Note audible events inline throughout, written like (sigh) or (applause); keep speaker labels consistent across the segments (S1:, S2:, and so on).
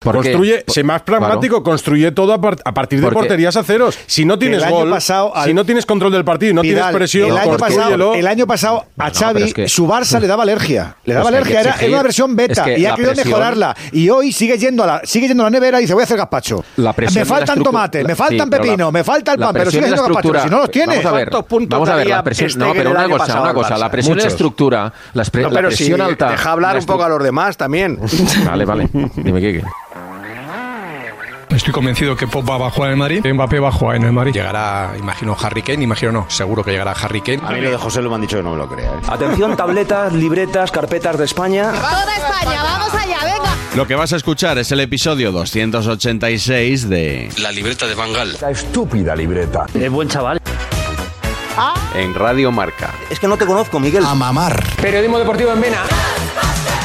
S1: Porque-
S2: construye,
S1: po-
S2: sé más pragmático, construye todo a, par- a partir de
S1: Porque-
S2: porterías a ceros. Si no tienes
S3: el año
S2: gol,
S3: pasado al-
S2: si no tienes control del partido y no
S3: Vidal,
S2: tienes presión,
S3: el, año
S2: construyelo.
S3: pasado, el año pasado a Xavi
S1: pero es que-
S3: su Barça le daba alergia. Le
S1: Pues que hay
S3: daba
S1: que
S3: alergia, era,
S1: exigir-
S3: era una versión beta
S1: es que
S3: y ha
S1: la
S3: querido
S1: presión-
S3: mejorarla. Y hoy sigue yendo a la, sigue yendo a la nevera y dice voy a hacer gazpacho.
S1: La presión
S3: me
S1: de la
S3: faltan
S1: estructu-
S3: tomates,
S1: la-
S3: me faltan
S1: sí, pero la-
S3: pepino, me falta el
S1: la
S3: pan, pero
S1: presión
S3: sigue
S1: de la
S3: haciendo gazpacho.
S1: estructura-
S3: Si no los tienes.
S1: Vamos a ver,
S4: ¿Cuántos puntos este
S1: vamos a ver la
S4: tenía
S1: presión.
S4: Ter
S1: No,
S4: Stegen
S1: pero
S4: el
S1: una
S4: año
S1: cosa,
S4: pasado
S1: una
S4: al
S1: cosa. La
S4: Barça?
S1: presión de
S2: Muchos.
S1: estructura, las pre-
S4: No,
S1: la
S4: pero si
S1: presión alta.
S4: deja hablar
S1: la
S4: un poco a los demás también.
S1: estru- (laughs) Vale, vale. Dime, Kike.
S5: Estoy convencido que Pop va a jugar en el Madrid, Mbappé va a jugar en el Madrid. Llegará, imagino, Harry Kane, imagino no, seguro que llegará Harry Kane.
S6: A mí lo de José lo me han dicho que no me lo crea. ¿eh?
S7: Atención, tabletas, libretas, carpetas de España.
S8: Toda España, vamos allá, venga.
S9: Lo que vas a escuchar es el episodio 286 de
S5: La libreta de Bangal.
S6: estúpida libreta.
S7: Es buen chaval.
S4: Ah.
S9: En Radio Marca.
S7: Es que no te conozco, Miguel.
S4: Periodismo deportivo en Vena.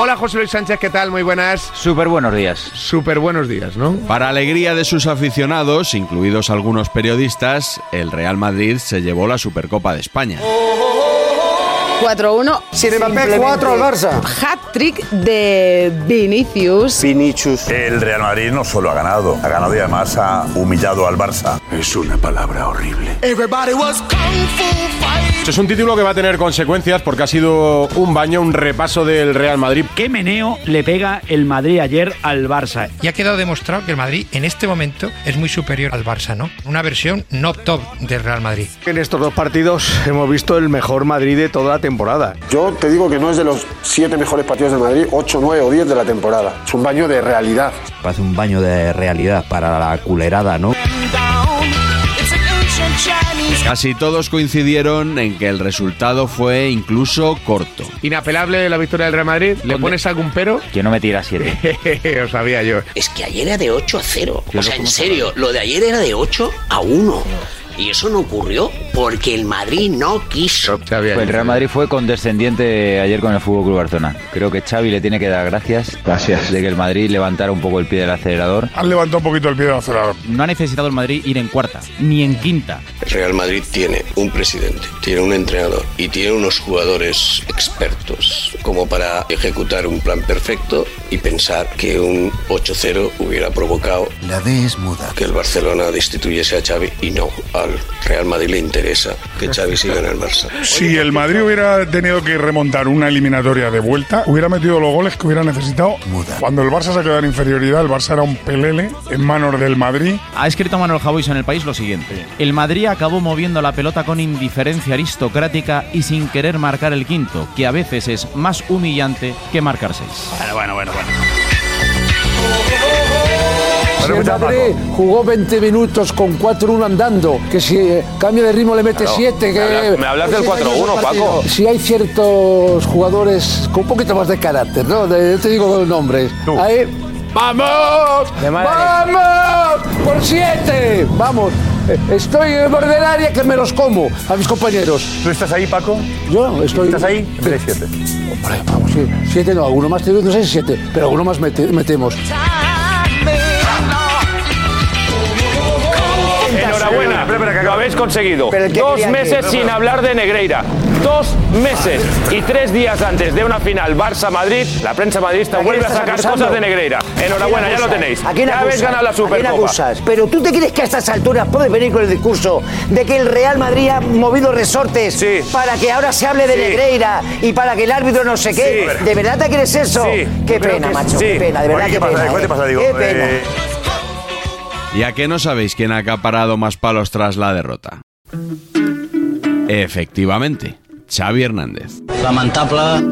S7: Hola, José Luis Sánchez, ¿qué tal? Muy buenas.
S9: Súper buenos días.
S7: Súper buenos días, ¿no?
S9: Para alegría de sus aficionados, incluidos algunos periodistas, el Real Madrid se llevó la Supercopa de España.
S8: 4-1.
S7: Sin Mbappé, 4 al Barça.
S8: Hat-trick de Vinicius.
S7: Vinicius.
S6: El Real Madrid no solo ha ganado, ha ganado y además ha humillado al Barça. Es una palabra horrible.
S9: Es un título que va a tener consecuencias porque ha sido un baño, un repaso del Real Madrid.
S7: ¿Qué meneo le pega el Madrid ayer al Barça?
S5: Y ha quedado demostrado que el Madrid en este momento es muy superior al Barça, ¿no? Una versión no top del Real Madrid.
S7: En estos dos partidos hemos visto el mejor Madrid de toda la temporada.
S4: Yo te digo que no es de los siete mejores partidos del Madrid, 8, 9 o 10 de la temporada. Es un baño de realidad.
S7: Parece un baño de realidad para la culerada, ¿no?
S9: Casi todos coincidieron en que el resultado fue incluso corto.
S7: Inapelable la victoria del Real Madrid. ¿Le pones algún pero? (laughs)
S10: Que no me tira siete.
S7: Lo sabía yo.
S4: Es que ayer era de 8 a 0. O sea, en serio, lo de ayer era de 8 a 1. Y eso no ocurrió porque el Madrid no quiso.
S10: Pues el Real Madrid fue condescendiente ayer con el Fútbol Club Barcelona. Creo que Xavi le tiene que dar gracias, gracias de que el Madrid levantara un poco el pie del acelerador.
S6: Han levantado un poquito el pie del acelerador.
S10: No ha necesitado el Madrid ir en cuarta, ni en quinta.
S4: Real Madrid tiene un presidente, tiene un entrenador y tiene unos jugadores expertos como para ejecutar un plan perfecto y pensar que un 8-0 hubiera provocado
S6: La D es muda.
S4: que el Barcelona destituyese a Xavi y no, al Real Madrid le interesa que Xavi siga en el Barça.
S6: Si el Madrid hubiera tenido que remontar una eliminatoria de vuelta, hubiera metido los goles que hubiera necesitado. Cuando el Barça se quedó en inferioridad, el Barça era un pelele en manos del Madrid.
S10: Ha escrito Manuel Javois en el país lo siguiente. El Madrid acabó moviendo la pelota con indiferencia aristocrática y sin querer marcar el quinto, que a veces es más humillante que marcar seis.
S6: Ah, Bueno, bueno, bueno.
S7: Si el Madrid jugó 20 minutos con 4-1 andando, que si eh, cambia de ritmo le mete 7, que...
S6: hablas- me hablas del
S7: que si hay
S6: 4-1,
S7: otro partido.
S6: Paco.
S7: Si hay ciertos jugadores con un poquito más de carácter, ¿no? De- yo te digo los nombres. Ahí... ¡Vamos! ¡Vamos! ¡Por 7! ¡Vamos! Eh, Estoy en el borde del área que me los como a mis compañeros.
S6: ¿Tú estás ahí, Paco?
S7: Yo estoy...
S6: Tres, siete.
S7: Hombre, vamos, sí. Siete no, alguno más, no sé si siete, pero alguno más mete- metemos.
S6: Enhorabuena,
S11: Lo habéis conseguido.
S12: Pero el que
S11: Dos
S12: quería
S11: meses
S12: que-
S11: sin hablar de Negreira. Dos meses y tres días antes de una final Barça-Madrid, la prensa madridista
S12: ¿A quién
S11: vuelve a
S12: estás
S11: sacar
S12: acusando?
S11: cosas de Negreira. Enhorabuena, ya lo tenéis.
S12: ¿A quién
S11: Ya
S12: acusas?
S11: habéis ganado la
S12: ¿A quién
S11: Supercopa.
S12: acusas? Pero tú te crees que a estas alturas puedes venir con el discurso de que el Real Madrid ha movido resortes para que ahora se hable de
S11: Sí.
S12: Negreira y para que el árbitro no sé qué.
S13: Sí.
S12: ¿De verdad te crees eso?
S13: Sí.
S12: Qué
S13: Yo creo
S12: pena,
S13: que
S12: macho.
S13: sí.
S12: Qué pena, de verdad.
S13: Oye, ¿qué pasa?
S12: pena,
S13: ¿Cuál te
S12: eh?
S13: pasa? Digo,
S12: Qué pena.
S13: eh,
S9: ¿Y a qué no sabéis quién ha acaparado más palos tras la derrota? Efectivamente, Xavi Hernández.
S14: Lamentable.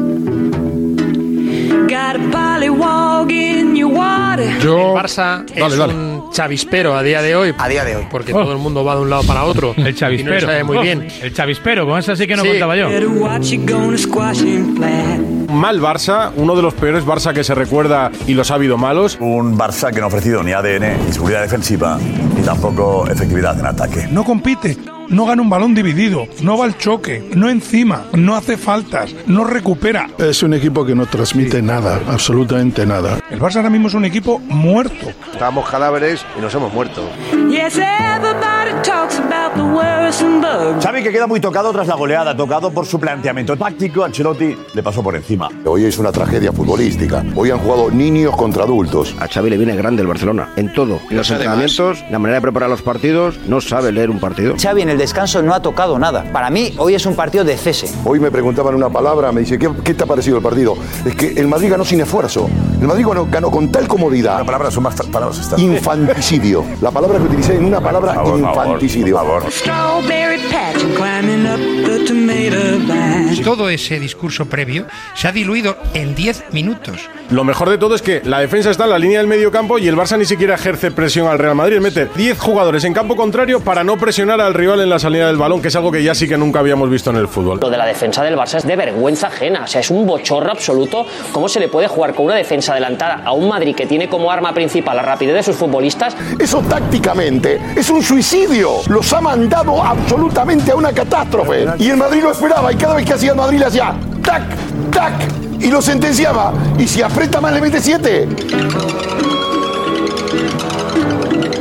S15: Got a poly walk in your water.
S5: El Barça
S15: Dale,
S5: es
S15: dale.
S5: un chavispero a día de hoy. A día de hoy. Porque todo el mundo va de un lado para otro. El chavispero. Y no lo sabe muy bien.
S16: Oh, El chavispero, con esa sí que no
S5: Sí.
S16: contaba yo.
S15: Better watch it gonna squash him flat.
S2: Mal Barça, uno de los peores Barça que se recuerda y los ha habido malos.
S17: Un Barça que no ha ofrecido ni ADN, ni seguridad defensiva, ni tampoco efectividad en ataque.
S6: No compite, no gana un balón dividido, no va al choque, no encima, no hace faltas, no recupera.
S18: Es un equipo que no transmite nada, absolutamente nada.
S6: El Barça ahora mismo es un equipo muerto.
S19: Estábamos cadáveres y nos hemos muerto.
S15: Yes, everybody talks about the worrisome bug.
S17: Xavi que queda muy tocado tras la goleada, tocado por su planteamiento táctico, Ancelotti le pasó por encima.
S20: Hoy es una tragedia futbolística. Hoy han jugado niños contra adultos. A Xavi le viene grande el Barcelona, en todo. En los entrenamientos, la manera de preparar los partidos, no sabe leer un partido.
S12: Xavi en el descanso no ha tocado nada. Para mí, hoy es un partido de cese.
S20: Hoy me preguntaban una palabra, me dice, ¿qué, qué te ha parecido el partido? Es que el Madrid ganó sin esfuerzo. El Madrid ganó, ganó con tal comodidad.
S17: Palabras son más palabras estas.
S20: Infanticidio. La palabra que utilicé en una palabra
S17: Por favor, por
S20: infanticidio.
S15: Strawberry patch and climbing up the tomato vine.
S5: Todo ese discurso previo se ha diluido en 10 minutos.
S2: Lo mejor de todo es que la defensa está en la línea del medio campo y el Barça ni siquiera ejerce presión al Real Madrid. Mete 10 jugadores en campo contrario para no presionar al rival en la salida del balón, que es algo que ya sí que nunca habíamos visto en el fútbol.
S21: Lo de la defensa del Barça es de vergüenza ajena, o sea, es un bochorno absoluto. ¿Cómo se le puede jugar con una defensa adelantada a un Madrid que tiene como arma principal la rapidez de sus futbolistas?
S20: Eso tácticamente es un suicidio. Los ha mandado absolutamente a una catástrofe. Y el Madrid lo esperaba y cada vez que hacía el Madrid le hacía tac, tac y lo sentenciaba. Y si aprieta más le mete 7.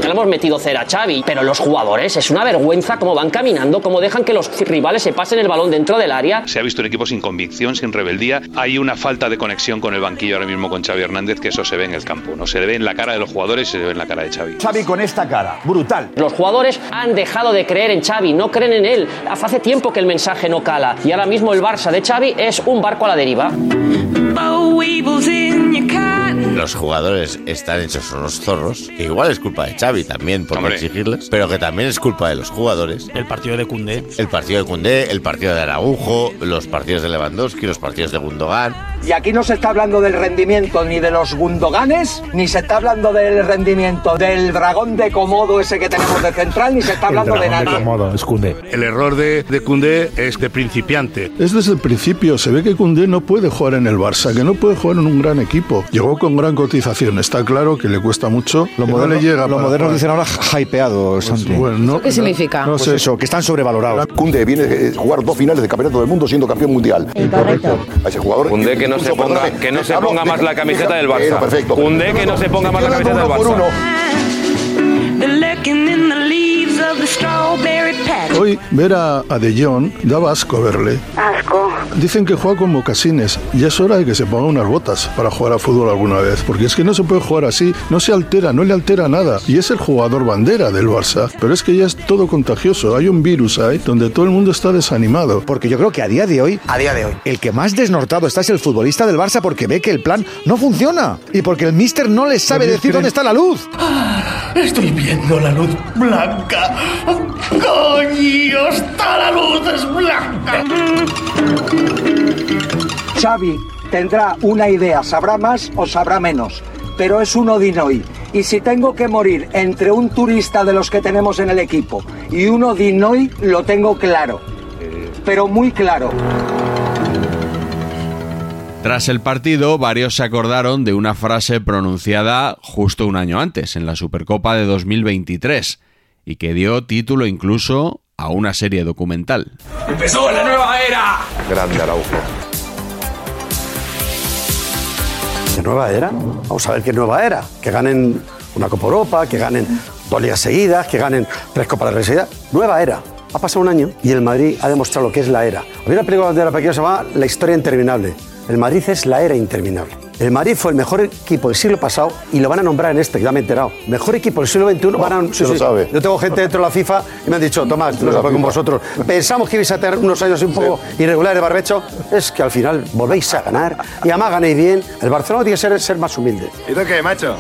S21: Le hemos metido cera a Xavi, pero los jugadores es una vergüenza cómo van caminando, cómo dejan que los rivales se pasen el balón dentro del área.
S22: Se ha visto un equipo sin convicción, sin rebeldía. Hay una falta de conexión con el banquillo ahora mismo con Xavi Hernández, que eso se ve en el campo. No se le ve en la cara de los jugadores, se ve en la cara de Xavi.
S17: Xavi con esta cara, brutal.
S21: Los jugadores han dejado de creer en Xavi, no creen en él. Hace tiempo que el mensaje no cala y ahora mismo el Barça de Xavi es un barco a la deriva.
S15: Bow weevils in your cotton.
S23: Los jugadores están hechos unos zorros, que igual es culpa de Xavi también por no exigirles, pero que también es culpa de los jugadores. El partido de Cundé. El partido de Cundé, el partido de Araujo, los partidos de Lewandowski, los partidos de Gundogan.
S24: Y aquí no se está hablando del rendimiento ni de los Gundoganes, ni se está hablando del rendimiento del dragón de Comodo ese que tenemos de central, ni se está hablando de nadie.
S25: El error de, de Koundé es de principiante.
S18: Es desde el principio, se ve que Koundé no puede jugar en el Barça, que no puede jugar en un gran equipo. Llegó con gran cotización, está claro que le cuesta mucho. Lo
S3: moderno- lo moderno dicen
S18: ahora hypeado,
S8: ¿Qué significa?
S18: No sé.
S3: Pues eso, que están sobrevalorados.
S20: Cunde viene eh, a jugar dos finales de campeonato del mundo siendo campeón mundial. Incorrecto. A ese jugador.
S11: Cundé que no se
S20: incluso,
S11: ponga-
S20: perdóname,
S11: que no se
S20: hablo
S11: ponga
S20: de-
S11: más la camiseta del Barça.
S20: Bueno, perfecto.
S11: Cundé que no se ponga más la
S20: Estoy
S11: camiseta
S20: hablando
S11: del
S20: uno por
S11: Barça.
S20: uno.
S15: They're lurking in the leaves of the strawberry patch.
S18: Hoy ver a, a De Jong daba asco verle.
S15: Asco.
S18: Dicen que juega con mocasines. Ya es hora de que se ponga unas botas para jugar a fútbol alguna vez, porque es que no se puede jugar así, no se altera, no le altera nada. Y es el jugador bandera del Barça. Pero es que ya es todo contagioso, hay un virus ahí donde todo el mundo está desanimado.
S3: Porque yo creo que a día de hoy, a día de hoy, el que más desnortado está es el futbolista del Barça porque ve que el plan no funciona y porque el míster no le sabe decir dónde está la luz.
S26: (gasps) Estoy viendo la luz blanca. ¡Coño! ¡Está la luz es blanca!
S24: Xavi tendrá una idea, sabrá más o sabrá menos, pero es un Odinoy. Y si tengo que morir entre un turista de los que tenemos en el equipo y un Odinoy, lo tengo claro, pero muy claro.
S9: Tras el partido, varios se acordaron de una frase pronunciada justo un año antes, en la Supercopa de 2023, y que dio título incluso a una serie documental.
S27: Empezó la nueva era.
S9: Grande Araujo.
S20: ¿Qué nueva era? Vamos a ver qué nueva era. Que ganen una Copa Europa, que ganen
S7: dos ligas seguidas, que ganen tres copas de Rey seguidas. Nueva era. Ha pasado un año y el Madrid ha demostrado lo que es la era. Había una película de la pequeña que se llamaba La historia interminable. El Madrid es la era interminable. El Madrid fue el mejor equipo del siglo pasado y lo van a nombrar en este, ya me he enterado. Mejor equipo del siglo XXI. van a,
S20: se lo sabe.
S7: Yo tengo gente dentro de la FIFA y me han dicho, Tomás, no
S20: la
S7: se puede con
S20: FIFA.
S7: vosotros. Pensamos que ibais a tener unos años un poco irregulares de barbecho. Es que al final volvéis a ganar y además ganéis bien. El Barcelona tiene que ser, ser más humilde.
S28: ¿Y tú qué, macho?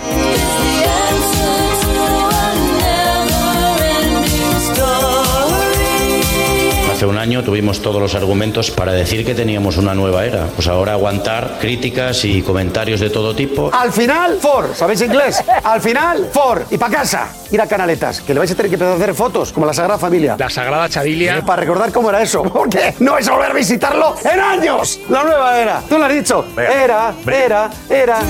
S10: Hace un año tuvimos todos los argumentos para decir que teníamos una nueva era. Pues ahora aguantar críticas y comentarios de todo tipo.
S7: Al final, for. ¿Sabéis inglés? Al final, for. Y para casa. Ir a canaletas, que le vais a tener que empezar a hacer fotos, como la Sagrada Familia. La Sagrada Chavilia. para recordar cómo era eso. Porque no vais a volver a visitarlo en años. La nueva era. Tú lo has dicho. Era, era, era.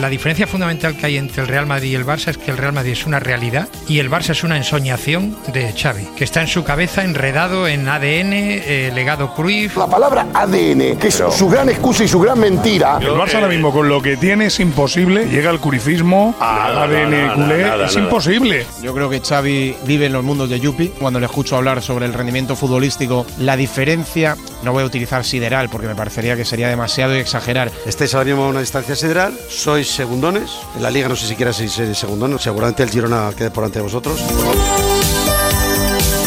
S5: La diferencia fundamental que hay entre el Real Madrid y el Barça es que el Real Madrid es una realidad y el Barça es una ensoñación de Xavi, que está en su cabeza enredado en ADN, eh, legado Cruyff.
S20: La palabra ADN, que es su gran excusa y su gran mentira.
S6: El Barça ahora mismo con lo que tiene es imposible. Llega el curifismo, a ADN culé, es imposible.
S2: Yo creo que Xavi vive en los mundos de Yupi. Cuando le escucho hablar sobre el rendimiento futbolístico, la diferencia, no voy a utilizar sideral porque me parecería que sería demasiado y exagerar.
S7: Estáis ahora mismo a una distancia sideral, sois segundones. En la liga no sé siquiera si sois segundones. Seguramente el Girona quede por delante de vosotros.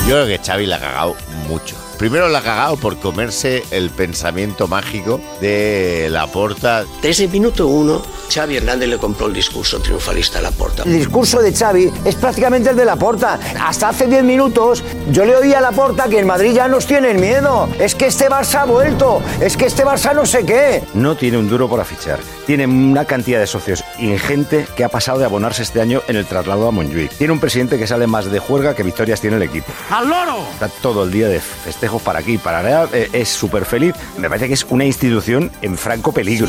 S23: Yo creo que Xavi la ha cagado mucho. Primero la ha cagado por comerse el pensamiento mágico de la porta.
S29: Desde el minuto uno, Xavi Hernández le compró el discurso triunfalista a la porta.
S30: El discurso de Xavi es prácticamente el de Laporta. Hasta hace 10 minutos yo le oía a Laporta que en Madrid ya nos tienen miedo. Es que este Barça ha vuelto. Es que este Barça no sé qué.
S31: No tiene un duro para fichar. Tiene una cantidad de socios ingente que ha pasado de abonarse este año en el traslado a Montjuic. Tiene un presidente que sale más de juerga que victorias tiene el equipo.
S32: ¡Al loro!
S31: Está todo el día de festejos para aquí, para allá. eh, Es súper feliz. Me parece que es una institución en franco peligro.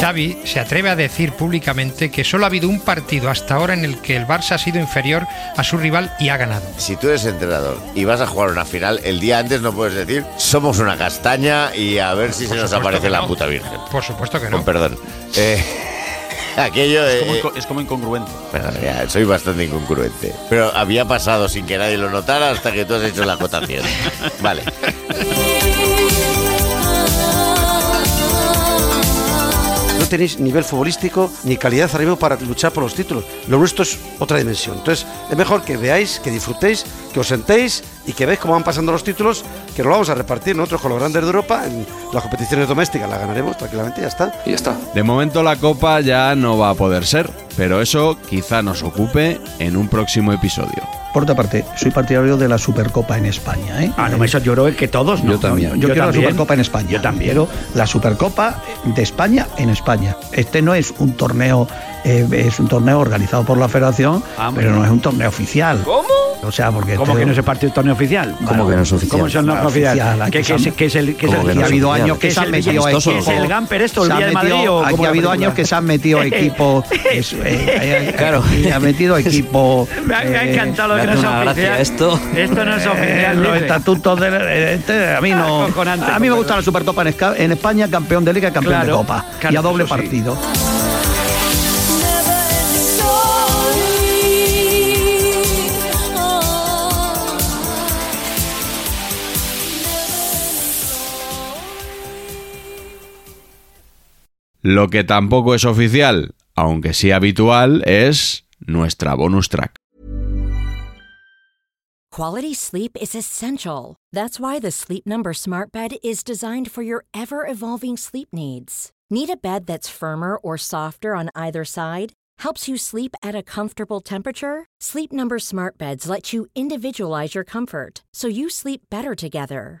S5: Xavi se atreve a decir públicamente que solo ha habido un partido hasta ahora en el que el Barça ha sido inferior a su rival y ha ganado.
S23: Si tú eres entrenador y vas a jugar una final, el día antes no puedes decir somos una castaña y a ver si se nos aparece
S5: (laughs)
S23: la puta virgen.
S5: Por supuesto que no.
S23: Con perdón. Eh, aquello
S15: Es como
S23: eh,
S15: inco- es como incongruente.
S23: Bueno, ya, soy bastante incongruente. Pero había pasado sin que nadie lo notara hasta que tú has hecho la
S15: (laughs)
S23: acotación. Vale.
S7: No tenéis nivel futbolístico ni calidad ahora mismo para luchar por los títulos. Lo nuestro es otra dimensión. Entonces, es mejor que veáis, que disfrutéis, que os sentéis y que veáis cómo van pasando los títulos, que los vamos a repartir nosotros con los grandes de Europa en las competiciones domésticas. Las ganaremos tranquilamente y ya está.
S29: Y ya está.
S9: De momento la copa ya no va a poder ser, pero eso quizá nos ocupe en un próximo episodio.
S15: Por otra parte, soy partidario de la Supercopa en España. ¿eh? Ah, no, eso yo creo que todos no. Yo también. Yo, Yo quiero también. la Supercopa en España. Yo también. Quiero la Supercopa de España en España. Este no es un torneo, eh, es un torneo organizado por la Federación, pero no es un torneo oficial. Ah, ¿Cómo? O sea, porque ¿Cómo que no se partido torneo oficial? ¿Cómo que no es oficial? ¿Cómo son Ah, no oficial? oficial, ¿Qué, aquí qué es, son- qué es el qué es ¿Cómo el que no ha es habido oficial? años que ¿Qué se han es el- metido es ¿Qué es el el Gamper Gamper esto, esto, el (laughs) el día día del de Madrid Madrid o aquí cómo ha la habido película? años que se han (laughs) metido equipo- es- eh, (laughs) claro. ha metido equipo. Me ha, me ha encantado lo que no es oficial. Esto. no es Eh, oficial. los dice. estatutos de este, a mí no Acojonante, a mí me con gusta la supercopa en, Esca- en España campeón de liga campeón de Claro, copa y a claro, doble eso sí. partido
S9: Lo que tampoco es oficial, aunque sí habitual, es nuestra bonus track.
S16: Quality sleep is essential. That's why the Sleep Number Smart Bed is designed for your ever evolving sleep needs. Need a bed that's firmer or softer on either side? Helps you sleep at a comfortable temperature? Sleep Number Smart Beds let you individualize your comfort so you sleep better together.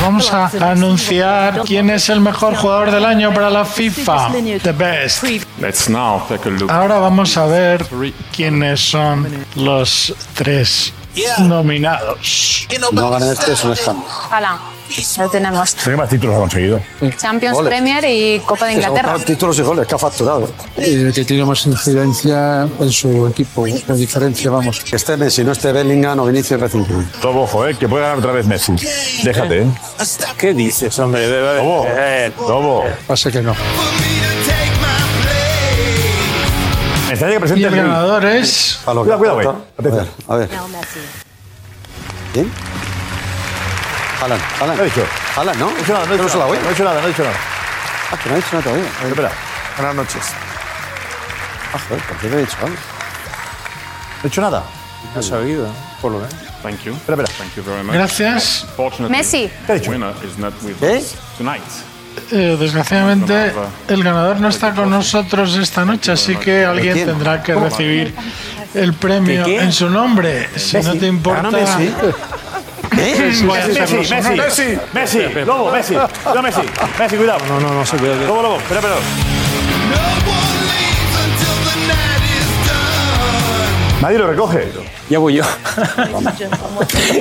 S11: vamos a anunciar quién es el mejor jugador del año para la FIFA. The best.
S2: Let's now take a look.
S11: Ahora vamos a ver quiénes son los tres nominados.
S7: No ganar este es un escándalo.
S21: Haaland. Lo tenemos.
S7: ¿Qué más títulos ha conseguido?
S21: Champions,
S7: Goles.
S21: Premier y Copa de Inglaterra.
S7: títulos y goles que ha facturado.
S33: El que tiene más incidencia en su equipo, la diferencia, vamos.
S7: Que esté Messi, no esté Bellingham o Vinicius recién. Todo ojo, eh, que puede ganar otra vez Messi. Déjate, eh. ¿Qué dices, hombre? Tobo, Tobo.
S33: Pasa que no.
S7: Me extraña que presente
S11: Y el ganador es-
S7: Cuidado, cuidado, eh. güey. A ver, a ver. ¿Quién? Jalan, Jalan. he dicho? Jalan, ¿no? No he dicho nada, no he dicho nada. No he dicho nada, no he dicho nada. Ah, que no he dicho nada todavía. Espera. Buenas noches. Ah, joder, ¿por qué no he dicho algo? ¿No he dicho nada? No he sabido, por lo menos.
S2: Thank you.
S7: Espera, espera.
S2: Thank you very much.
S11: Gracias.
S2: Fortunately,
S11: Messi.
S2: the winner is not with us tonight.
S11: Eh, desgraciadamente, el ganador no está con nosotros esta noche, así que alguien
S2: quién?
S11: tendrá que
S2: ¿Cómo?
S11: recibir el premio
S2: ¿De qué?
S11: en su nombre. Si no
S2: Messi.
S11: te importa.
S2: Ah, no, Messi.
S11: (laughs) Pues voy a hacerlo
S2: Messi,
S11: sonar.
S2: Messi, Messi, Lobo, Messi, no Messi, Messi, cuidado. No, no, no, se cuidado. Lobo, Lobo, Oh, espera, espera.
S7: Nadie lo recoge.
S5: Ya voy yo.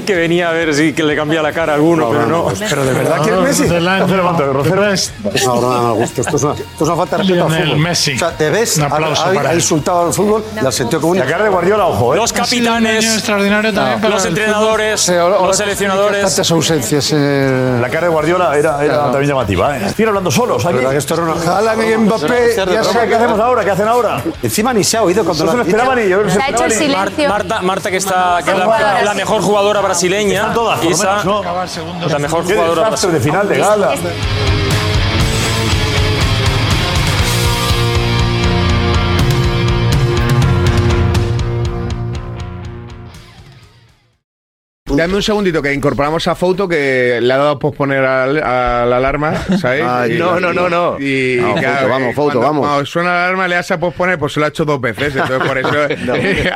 S5: que venía a ver si que le cambia la cara a alguno, pero no.
S7: Pero de verdad que es Messi. Rocero, levanta, Rocero. Es una broma de mal gusto. Esto es una, esto es una falta de respeto al
S11: Lionel
S7: fútbol.
S11: Messi.
S7: O sea, te ves,
S11: Un
S7: ha,
S11: aplauso
S7: ha-
S11: para
S7: ha
S11: él.
S7: insultado al fútbol y al sentido común. La cara de Guardiola, ojo, ¿eh?
S5: Los capitanes,
S11: extraordinario también para
S5: los
S11: el
S5: entrenadores, los seleccionadores.
S7: Tantas ausencias. La cara de Guardiola era, era
S5: Claro.
S7: también llamativa. ¿eh? Siguen hablando solos. Aquí.
S5: Verdad que esto era una-
S7: Haaland y Mbappé. Ya sé qué hacemos ahora, qué hacen ahora. Encima ni se ha oído
S2: cuando
S7: No se
S2: lo
S7: lo
S2: han dicho.
S7: esperaban ni yo. creo que
S2: Se
S7: se
S2: ha hecho el
S7: esperaban ni-
S2: silencio. Marta-
S5: Marta, que está que es la,
S7: Jugadoras.
S5: la mejor jugadora brasileña.
S7: Están todas, por lo
S5: Isa,
S7: menos, ¿no?
S5: La mejor
S7: Qué
S5: jugadora
S7: desastre de final de
S5: brasileña.
S7: gala.
S15: Dame un segundito que incorporamos a Foto que le ha dado a posponer al- a, la alarma, ¿sabéis?
S34: Ay,
S15: Y-
S34: ¿eh? no, no, no, no.
S15: Y, y
S34: No,
S15: claro,
S34: Fouto, vamos,
S15: eh,
S34: Fouto,
S15: cuando-
S34: vamos.
S15: cuando suena la alarma le hace a posponer, pues se lo ha hecho dos veces, entonces
S23: (laughs)
S15: por eso. eh,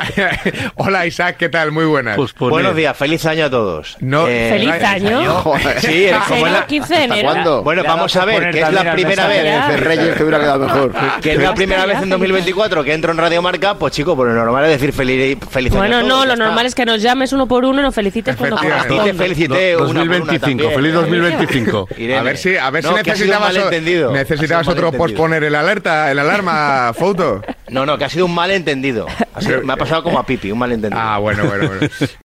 S15: (laughs) Hola Isaac, ¿qué tal? Muy buenas.
S23: Buenos días, feliz año a todos.
S15: No,
S23: Eh,
S15: Feliz (laughs) año.
S23: Joder. Sí, es como Feliz la- 15 de enero. ¿Cuándo? Bueno, Le vamos ha a dado ver, por que poner es la también al primera vez. mensaje. Desde Reyes que hubiera quedado mejor.
S15: Ah,
S23: (laughs) Que es la primera vez en 2024 que entro en Radio Marca, pues chico, por lo normal es decir feliz, feliz año. Bueno, a todos, no, ya lo está. normal es que nos llames uno por uno y nos felicites cuando Y te felicité.
S15: Do-
S23: una por una
S15: 2025,
S23: también.
S15: feliz 2025.
S23: Irene.
S15: A ver si, a ver
S23: No,
S15: si
S23: que ha sido un
S15: necesitabas,
S23: malentendido.
S15: necesitabas
S23: Ha sido un
S15: otro
S23: malentendido.
S15: posponer el alerta, el alarma, Foto. (laughs)
S23: No, no, que ha sido un malentendido. Ha sido- me ha pasado como a Pipi, un malentendido.
S15: Ah, bueno, bueno, bueno.